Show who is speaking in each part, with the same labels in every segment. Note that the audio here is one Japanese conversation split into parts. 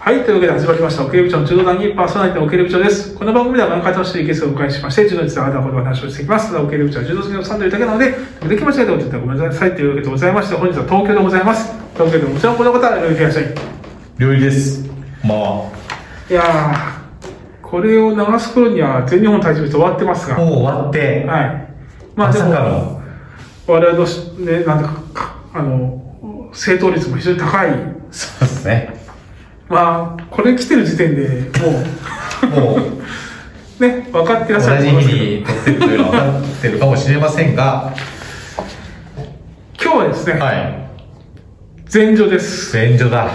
Speaker 1: はい、というわけで始まりました、オケル部長の柔道団にパーソナリティのオケル部長です。この番組では毎回楽しいゲストをお迎えしまして、柔道につながったことをお話をしていきます。オケル部長は柔道好きのサンドリーだけなので、時々間違えておいてごめんなさいというわけでございまして、本日は東京でございます。東京でももちろんこの方、よろしくお願いします。
Speaker 2: 料理です。まあ、
Speaker 1: いやー、これを流す頃には全日本体重別終わってますが、
Speaker 2: も
Speaker 1: は
Speaker 2: う終わって、
Speaker 1: い。まあ
Speaker 2: ま
Speaker 1: で
Speaker 2: さ
Speaker 1: も、
Speaker 2: かの、
Speaker 1: 我々のし、ね、なんだかか、あの、正答率も非常に高い。
Speaker 2: そうですね。
Speaker 1: まあ、これ来てる時点でも
Speaker 2: もう、
Speaker 1: う、ね、分かってら
Speaker 2: 同
Speaker 1: っしゃる
Speaker 2: じ
Speaker 1: と思いますけど、
Speaker 2: 日に撮ってるというのは分かってるかもしれませんが、
Speaker 1: 今日はですね、
Speaker 2: はい。
Speaker 1: 前場です。
Speaker 2: 前女だ。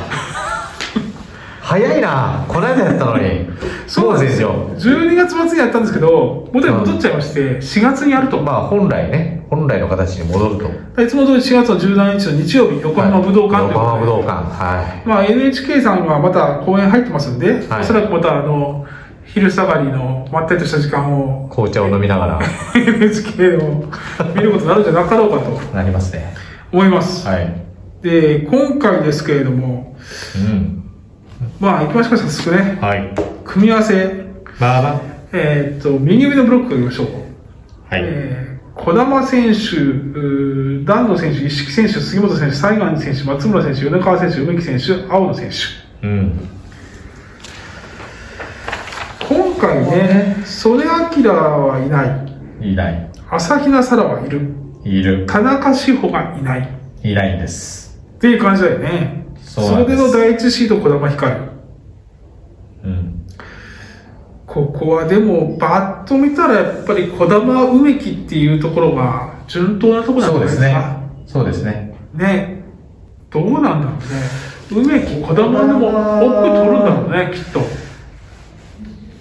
Speaker 2: 早いな。この間やったのに。そうですよ。
Speaker 1: 12月末にやったんですけど、元に戻っちゃいまして、4月にやると。
Speaker 2: まあ、本来ね、本来の形に戻ると。
Speaker 1: いつも通り4月の17日の日曜日、横浜武道館ということで。
Speaker 2: 横浜武道館。は
Speaker 1: まあ、NHK さんはまた公演入ってますんで、
Speaker 2: はい
Speaker 1: おそらくまたあの昼下がりのまったりとした時間を
Speaker 2: い。紅茶を飲みながら、
Speaker 1: NHK を見ることになるんじゃなかろうかと
Speaker 2: なりますね。
Speaker 1: 思います、
Speaker 2: はい。
Speaker 1: で今回ですけれども
Speaker 2: うん。
Speaker 1: まあ行きましょうか早速ね
Speaker 2: はい。
Speaker 1: 組み合わせ
Speaker 2: まあまあ。
Speaker 1: えーっと右上のブロックからいきましょう
Speaker 2: はい。
Speaker 1: えー児玉選手、うー丹野選手、一色選手、杉本選手、西岸選手、松村選手、米川選手、梅木選手、青野選手。
Speaker 2: うん。
Speaker 1: 今回ね、曽根明はいない。
Speaker 2: いない。
Speaker 1: 朝比奈沙羅はいる。
Speaker 2: いる。
Speaker 1: 田中志保がいない。っ
Speaker 2: いないんです。
Speaker 1: ていう感じだよね。
Speaker 2: そうなんです
Speaker 1: れでの第一シード児玉光。
Speaker 2: うん。
Speaker 1: ここはでも、バッと見たらやっぱり児玉植木っていうところが順当なところ
Speaker 2: そう
Speaker 1: なん
Speaker 2: で
Speaker 1: じゃ
Speaker 2: す
Speaker 1: ない
Speaker 2: ね
Speaker 1: ですか。。
Speaker 2: そうですね。
Speaker 1: ね。どうなんだろうね。梅木、児玉でも奥取るんだろうね、きっと。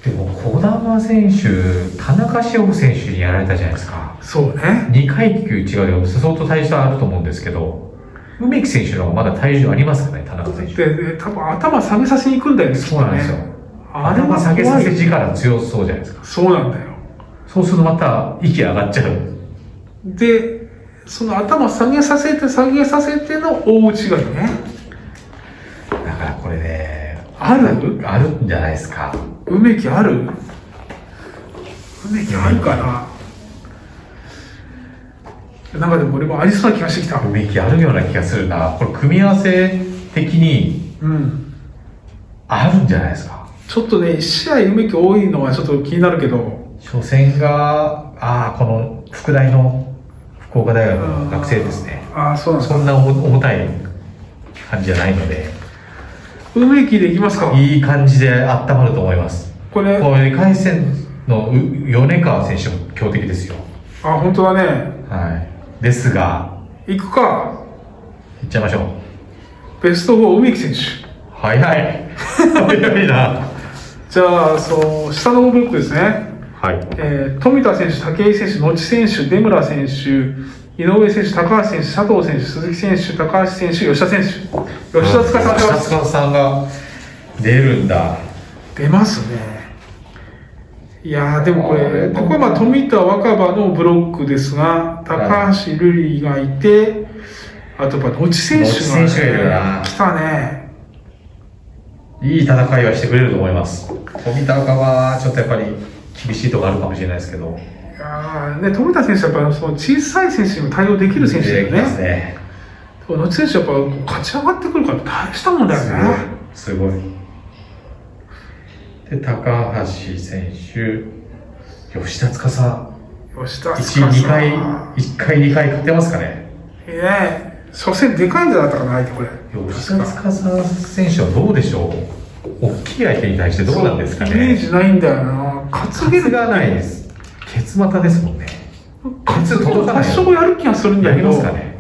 Speaker 2: でも、児玉選手、田中志保選手にやられたじゃないですか。
Speaker 1: そうね。
Speaker 2: 2階級違うよ。相当体重差あると思うんですけど、梅木選手の方がまだ体重ありますかね、田中選手。
Speaker 1: で、ね多分頭下げさせに行くんだよね、きっ
Speaker 2: そう
Speaker 1: と
Speaker 2: なんですよ
Speaker 1: ね。。あ
Speaker 2: あ
Speaker 1: れ
Speaker 2: れ
Speaker 1: は
Speaker 2: は
Speaker 1: 下
Speaker 2: 下
Speaker 1: げ
Speaker 2: げ
Speaker 1: さ
Speaker 2: さ
Speaker 1: せ
Speaker 2: せ力強そうじゃないですか。
Speaker 1: そうなんだよ。
Speaker 2: そうするとまた息上がっちゃう。
Speaker 1: でその頭下げさせて下げさせての大内刈りね
Speaker 2: だからこれね、
Speaker 1: ある
Speaker 2: あるんじゃないですか。
Speaker 1: 梅木ある梅木あるかななんかでも俺もありそうな気がしてきた
Speaker 2: 梅木あるような気がするな。これ組み合わせ的に
Speaker 1: うん
Speaker 2: あるんじゃないですか。
Speaker 1: ちょっとね1試合梅木多いのはちょっと気になるけど
Speaker 2: 初戦が、ああ、この副大の福岡大学の学生ですね。
Speaker 1: ああそうなんです
Speaker 2: そ
Speaker 1: か
Speaker 2: んな重たい感じじゃないので、
Speaker 1: 梅木でいきますか
Speaker 2: いい感じで温まると思います。
Speaker 1: こ
Speaker 2: こ
Speaker 1: れあ
Speaker 2: れ、回戦のう米川選手も強敵ですよ。
Speaker 1: 本当だね
Speaker 2: はい。ですが、
Speaker 1: 行くか
Speaker 2: いっちゃいましょう。
Speaker 1: ベスト4梅木選手
Speaker 2: 早い。早いな。
Speaker 1: じゃあその下のブロックですね
Speaker 2: はい。
Speaker 1: えー富田選手、武井選手、野地選手、出村選手、井上選手、高橋選手、佐藤選手、鈴木選手、高橋選手、吉田選手、吉田塚さん出
Speaker 2: 吉田
Speaker 1: ます。
Speaker 2: 塚さんが出るんだ。
Speaker 1: 出ますね。いやー、でもこ
Speaker 2: あ
Speaker 1: れ、
Speaker 2: れ
Speaker 1: ここはまあ富田若葉のブロックですが、高橋瑠璃がいて、あとやっぱ野地選手が,、
Speaker 2: 野地選手がいるな
Speaker 1: 来たね。
Speaker 2: いい戦いはしてくれると思います。富田岡はちょっとやっぱり厳しいところあるかもしれないですけど。
Speaker 1: いやーね、富田選手はやっぱりその小さい選手にも対応できる選手だよ
Speaker 2: できます
Speaker 1: ね。
Speaker 2: ね。
Speaker 1: 野地選手やっぱ勝ち上がってくるから大したもんだよね。
Speaker 2: すごい。で、高橋選手、吉田司さん、
Speaker 1: 吉田
Speaker 2: 1、2回、
Speaker 1: ね
Speaker 2: 1回、2回勝てますかね。
Speaker 1: え初戦でかいんじゃなかったかな相手これ
Speaker 2: 吉田司選手はどうでしょう大きい相手に対してどうなんですか
Speaker 1: そうイメー
Speaker 2: ね。
Speaker 1: ジないんだよな担げ
Speaker 2: 数
Speaker 1: る
Speaker 2: がないです。ケツ股ですもんね。
Speaker 1: 担
Speaker 2: 数
Speaker 1: げる
Speaker 2: 届か
Speaker 1: 多
Speaker 2: ない
Speaker 1: 少やる気がするん
Speaker 2: や
Speaker 1: だけ
Speaker 2: り
Speaker 1: ど
Speaker 2: ますかね。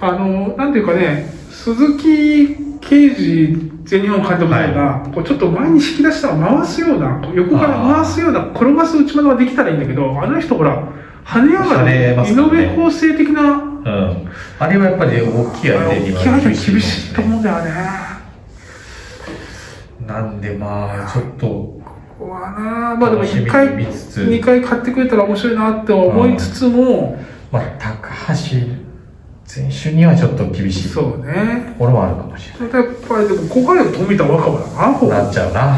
Speaker 1: あのなんていうかね鈴木啓二全日本監督みたいな、こうちょっと前に引き出したら回すようなこう横から回すような転がす打ち物ができたらいいんだけどあの人ほら跳ね上が
Speaker 2: 跳
Speaker 1: る
Speaker 2: ねます
Speaker 1: 井
Speaker 2: よね
Speaker 1: 上康生的な
Speaker 2: うん。あれはやっぱり大きい相手に
Speaker 1: 気
Speaker 2: は
Speaker 1: 配が厳しいと思うんだよね
Speaker 2: なんでまあ、ちょっと、
Speaker 1: うわなまあでも
Speaker 2: 楽しみ
Speaker 1: 一
Speaker 2: に
Speaker 1: 回
Speaker 2: 見つつ
Speaker 1: 2回買ってくれたら面白いなって思いつつも、
Speaker 2: まあ、高橋選手にはちょっと厳しいと
Speaker 1: そうね。
Speaker 2: ころもあるかもしれ
Speaker 1: それとやっぱりでも、ここから富田若葉だな、ほぼ
Speaker 2: ない。なっちゃうな。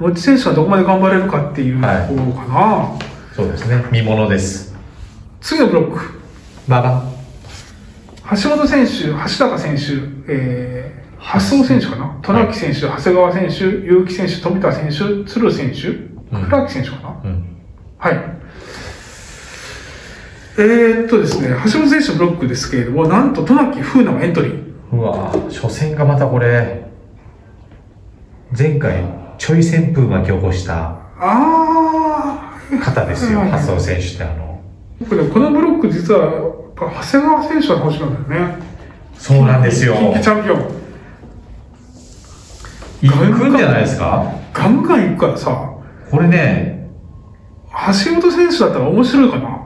Speaker 1: ロッチ選手がどこまで頑張れるかっていうと
Speaker 2: はい
Speaker 1: ころかな。
Speaker 2: そうですね。見ものです。
Speaker 1: 次のブロック、
Speaker 2: 馬場。
Speaker 1: 橋本選手、橋高選手、えー、発想選手かな、
Speaker 2: い
Speaker 1: 渡木選手、長谷川選手、結城選手、富田選手、鶴選手、
Speaker 2: うん
Speaker 1: 倉木選手かな、
Speaker 2: うん。
Speaker 1: はい。えー、っとですね、橋本選手のブロックですけれども、なんと渡名喜風南がエントリー。
Speaker 2: うわ初戦がまたこれ、前回、ちょい旋風巻き起こした
Speaker 1: あー、
Speaker 2: 方ですよ。
Speaker 1: はいはい
Speaker 2: 発想選手ってあの。
Speaker 1: 僕ね、このブロック実は、やっぱ長谷川選手は欲しいんだよね。
Speaker 2: そうなんですよ。
Speaker 1: 近畿チャンピオン。
Speaker 2: 行くんじゃないですか
Speaker 1: ガンガン行くからさ、
Speaker 2: これね、
Speaker 1: 橋本選手だったら面白いかな。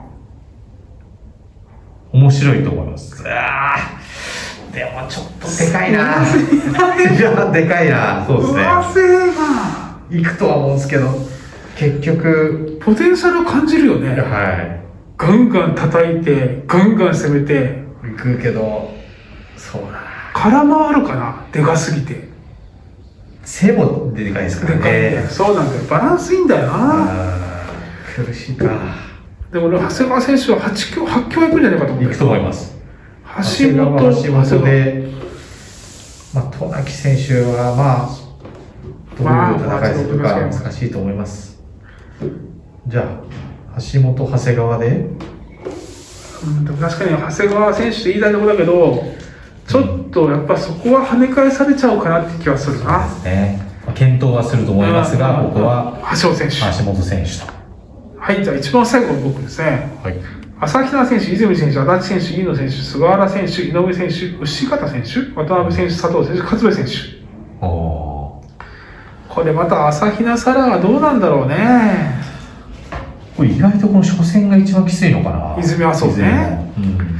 Speaker 2: 面白いと思います。あーでもちょっとで かいな。いや、でかいな。そうですね。
Speaker 1: 上背が、
Speaker 2: 行くとは思うんですけど、結局、
Speaker 1: ポテンシャルを感じるよね。
Speaker 2: は
Speaker 1: ガンガン叩いて、ガンガン攻めて、
Speaker 2: い。行くけど、そうだな。
Speaker 1: 空回るかな、でかすぎて。
Speaker 2: 背もでかいですか
Speaker 1: で
Speaker 2: ら
Speaker 1: かいね
Speaker 2: ね。
Speaker 1: そうなんだよ。バランスいいんだよな。
Speaker 2: あー苦しいか。
Speaker 1: でも俺、長谷川選手は8強、8強いくんじゃないかと思
Speaker 2: 行
Speaker 1: って
Speaker 2: くと思います。
Speaker 1: 橋本、
Speaker 2: 橋本で、まあ、渡名喜選手は、まあ、どういう戦いするか難しいと思います。じゃあ、橋本、長谷川で、
Speaker 1: うんでも確かに長谷川選手って言いたいところだけど、ちょっとやっぱそこは跳ね返されちゃうかなって気はするな。
Speaker 2: ね、まあ検討はすると思いますが、ここは
Speaker 1: 橋本選手。
Speaker 2: 橋本選手と。
Speaker 1: はい、じゃあ一番最後の僕ですね。
Speaker 2: はい。
Speaker 1: 朝比奈選手、泉選手、足立選手、飯野選手、菅原選手、井上選手、牛方選手、渡辺選手、佐藤選手、勝部選手。
Speaker 2: おー
Speaker 1: これまた朝比奈沙羅はどうなんだろうね。
Speaker 2: これ意外とこの初戦が一番きついのかな。
Speaker 1: 泉はそうね
Speaker 2: 泉は。うん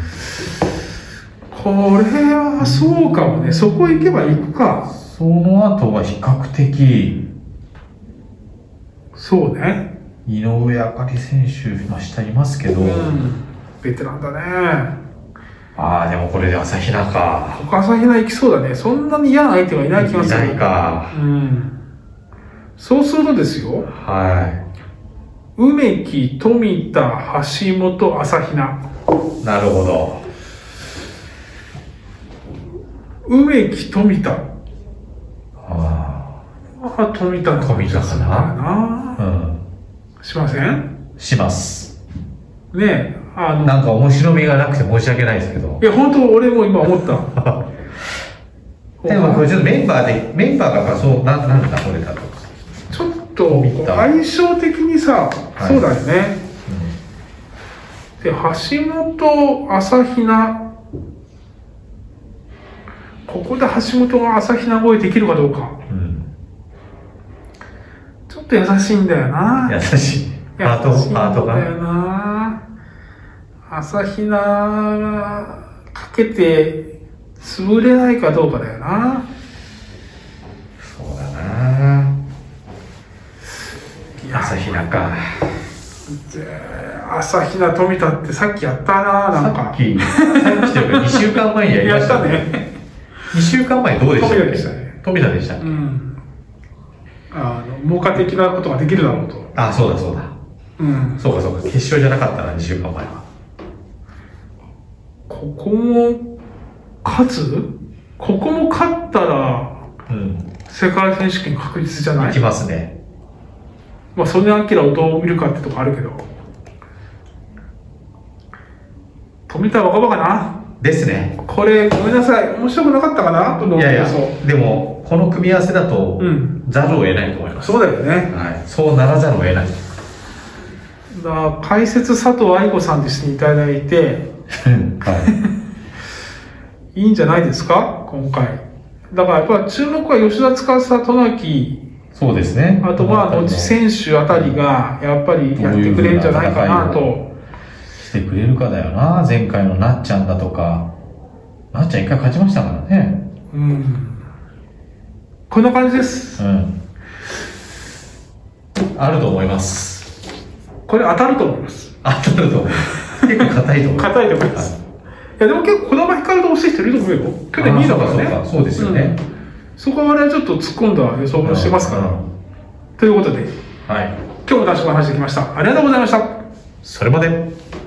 Speaker 1: これはそうかもね。そこ行けば行くか。
Speaker 2: その後は比較的、
Speaker 1: そうね。
Speaker 2: 井上あかり選手、まあ、下にいますけど、
Speaker 1: うん。ベテランだね。
Speaker 2: ああ、でもこれで朝比奈か。
Speaker 1: 他朝比奈行きそうだね。そんなに嫌な相手はいない気がする。
Speaker 2: ないか。
Speaker 1: うん。そうするとですよ。
Speaker 2: は
Speaker 1: 梅木、富田、橋本、朝比奈。
Speaker 2: い。なるほど。
Speaker 1: 梅木、富田。
Speaker 2: あ
Speaker 1: あ、富田の
Speaker 2: 富田かな
Speaker 1: な
Speaker 2: あ。うん。
Speaker 1: しません
Speaker 2: します。
Speaker 1: ねえ、あの、
Speaker 2: なんか面白みがなくて申し訳ないですけど
Speaker 1: い。や、本当俺も今思った。
Speaker 2: でもこれちょっとメンバーで、メンバーがやっぱそう、な、なんだこれだと。
Speaker 1: ちょっと
Speaker 2: 見た
Speaker 1: 相性的にさ、
Speaker 2: い
Speaker 1: そうだよね。で、橋本、朝比奈。ここで橋本が朝比奈超えできるかどうか。
Speaker 2: うん。
Speaker 1: ちょっと優しいんだよな。
Speaker 2: 優しい。ハート、
Speaker 1: 優しいんだ
Speaker 2: ハート
Speaker 1: よ
Speaker 2: が。
Speaker 1: な。朝比奈がかけて潰れないかどうかだよな。
Speaker 2: そうだな。
Speaker 1: いや
Speaker 2: 朝比奈か。
Speaker 1: 朝比奈富田ってさっきやったな、なん
Speaker 2: さっ
Speaker 1: か。
Speaker 2: き、さっきというか2週間前にやりま
Speaker 1: や
Speaker 2: し
Speaker 1: ったた
Speaker 2: ね。
Speaker 1: ね。
Speaker 2: 2週間前どうでしたっ
Speaker 1: 富田でした
Speaker 2: け
Speaker 1: ね
Speaker 2: 富田でしたっ
Speaker 1: う
Speaker 2: け
Speaker 1: ん。あの、文化的なことができるだろうと。
Speaker 2: あ、そうだそうだ。
Speaker 1: うん。
Speaker 2: そうかそうか。決勝じゃなかったな、2週間前は。
Speaker 1: ここも、勝つここも勝ったら、
Speaker 2: うん。
Speaker 1: 世界選手権確実じゃない
Speaker 2: きますね。
Speaker 1: まあ、ソニア・アキラをどう見るかってとこあるけど。富田若葉かな
Speaker 2: ですね。
Speaker 1: これ、ごめんなさい。面白くなかったかなこの
Speaker 2: いやいや
Speaker 1: 放送、
Speaker 2: でも、この組み合わせだと、
Speaker 1: うん
Speaker 2: ざるを得ないと思います。
Speaker 1: そうだよね。
Speaker 2: はい。そうならざるを得 ない。
Speaker 1: だから解説佐藤愛子さんでしていただいて
Speaker 2: はい
Speaker 1: いんじゃないですか今回だからやっぱ注目は吉田司渡名喜
Speaker 2: い。そうですね。
Speaker 1: あとまあ
Speaker 2: この
Speaker 1: 後
Speaker 2: 辺りも
Speaker 1: 選手あたりがやっぱりやってくれるんじゃないかな
Speaker 2: どう
Speaker 1: と
Speaker 2: してくれるかだよな。前回のなっちゃんだとか。なっちゃん一回勝ちましたからね。
Speaker 1: うんこんな感じです
Speaker 2: うん。あると思います。
Speaker 1: これ当たると思います
Speaker 2: 当たると思います。結構硬いと思います。
Speaker 1: 硬いと思いますや、でも結構、児玉ひかると惜しい人いると思うよ。去年2位だからね。
Speaker 2: あーそうかそうかそうですよね
Speaker 1: うんそこは我々ちょっと突っ込んだ予想をしてますから。
Speaker 2: うん
Speaker 1: ということで、
Speaker 2: はい。
Speaker 1: 今日も男子の話できました。ありがとうございました。
Speaker 2: それまで。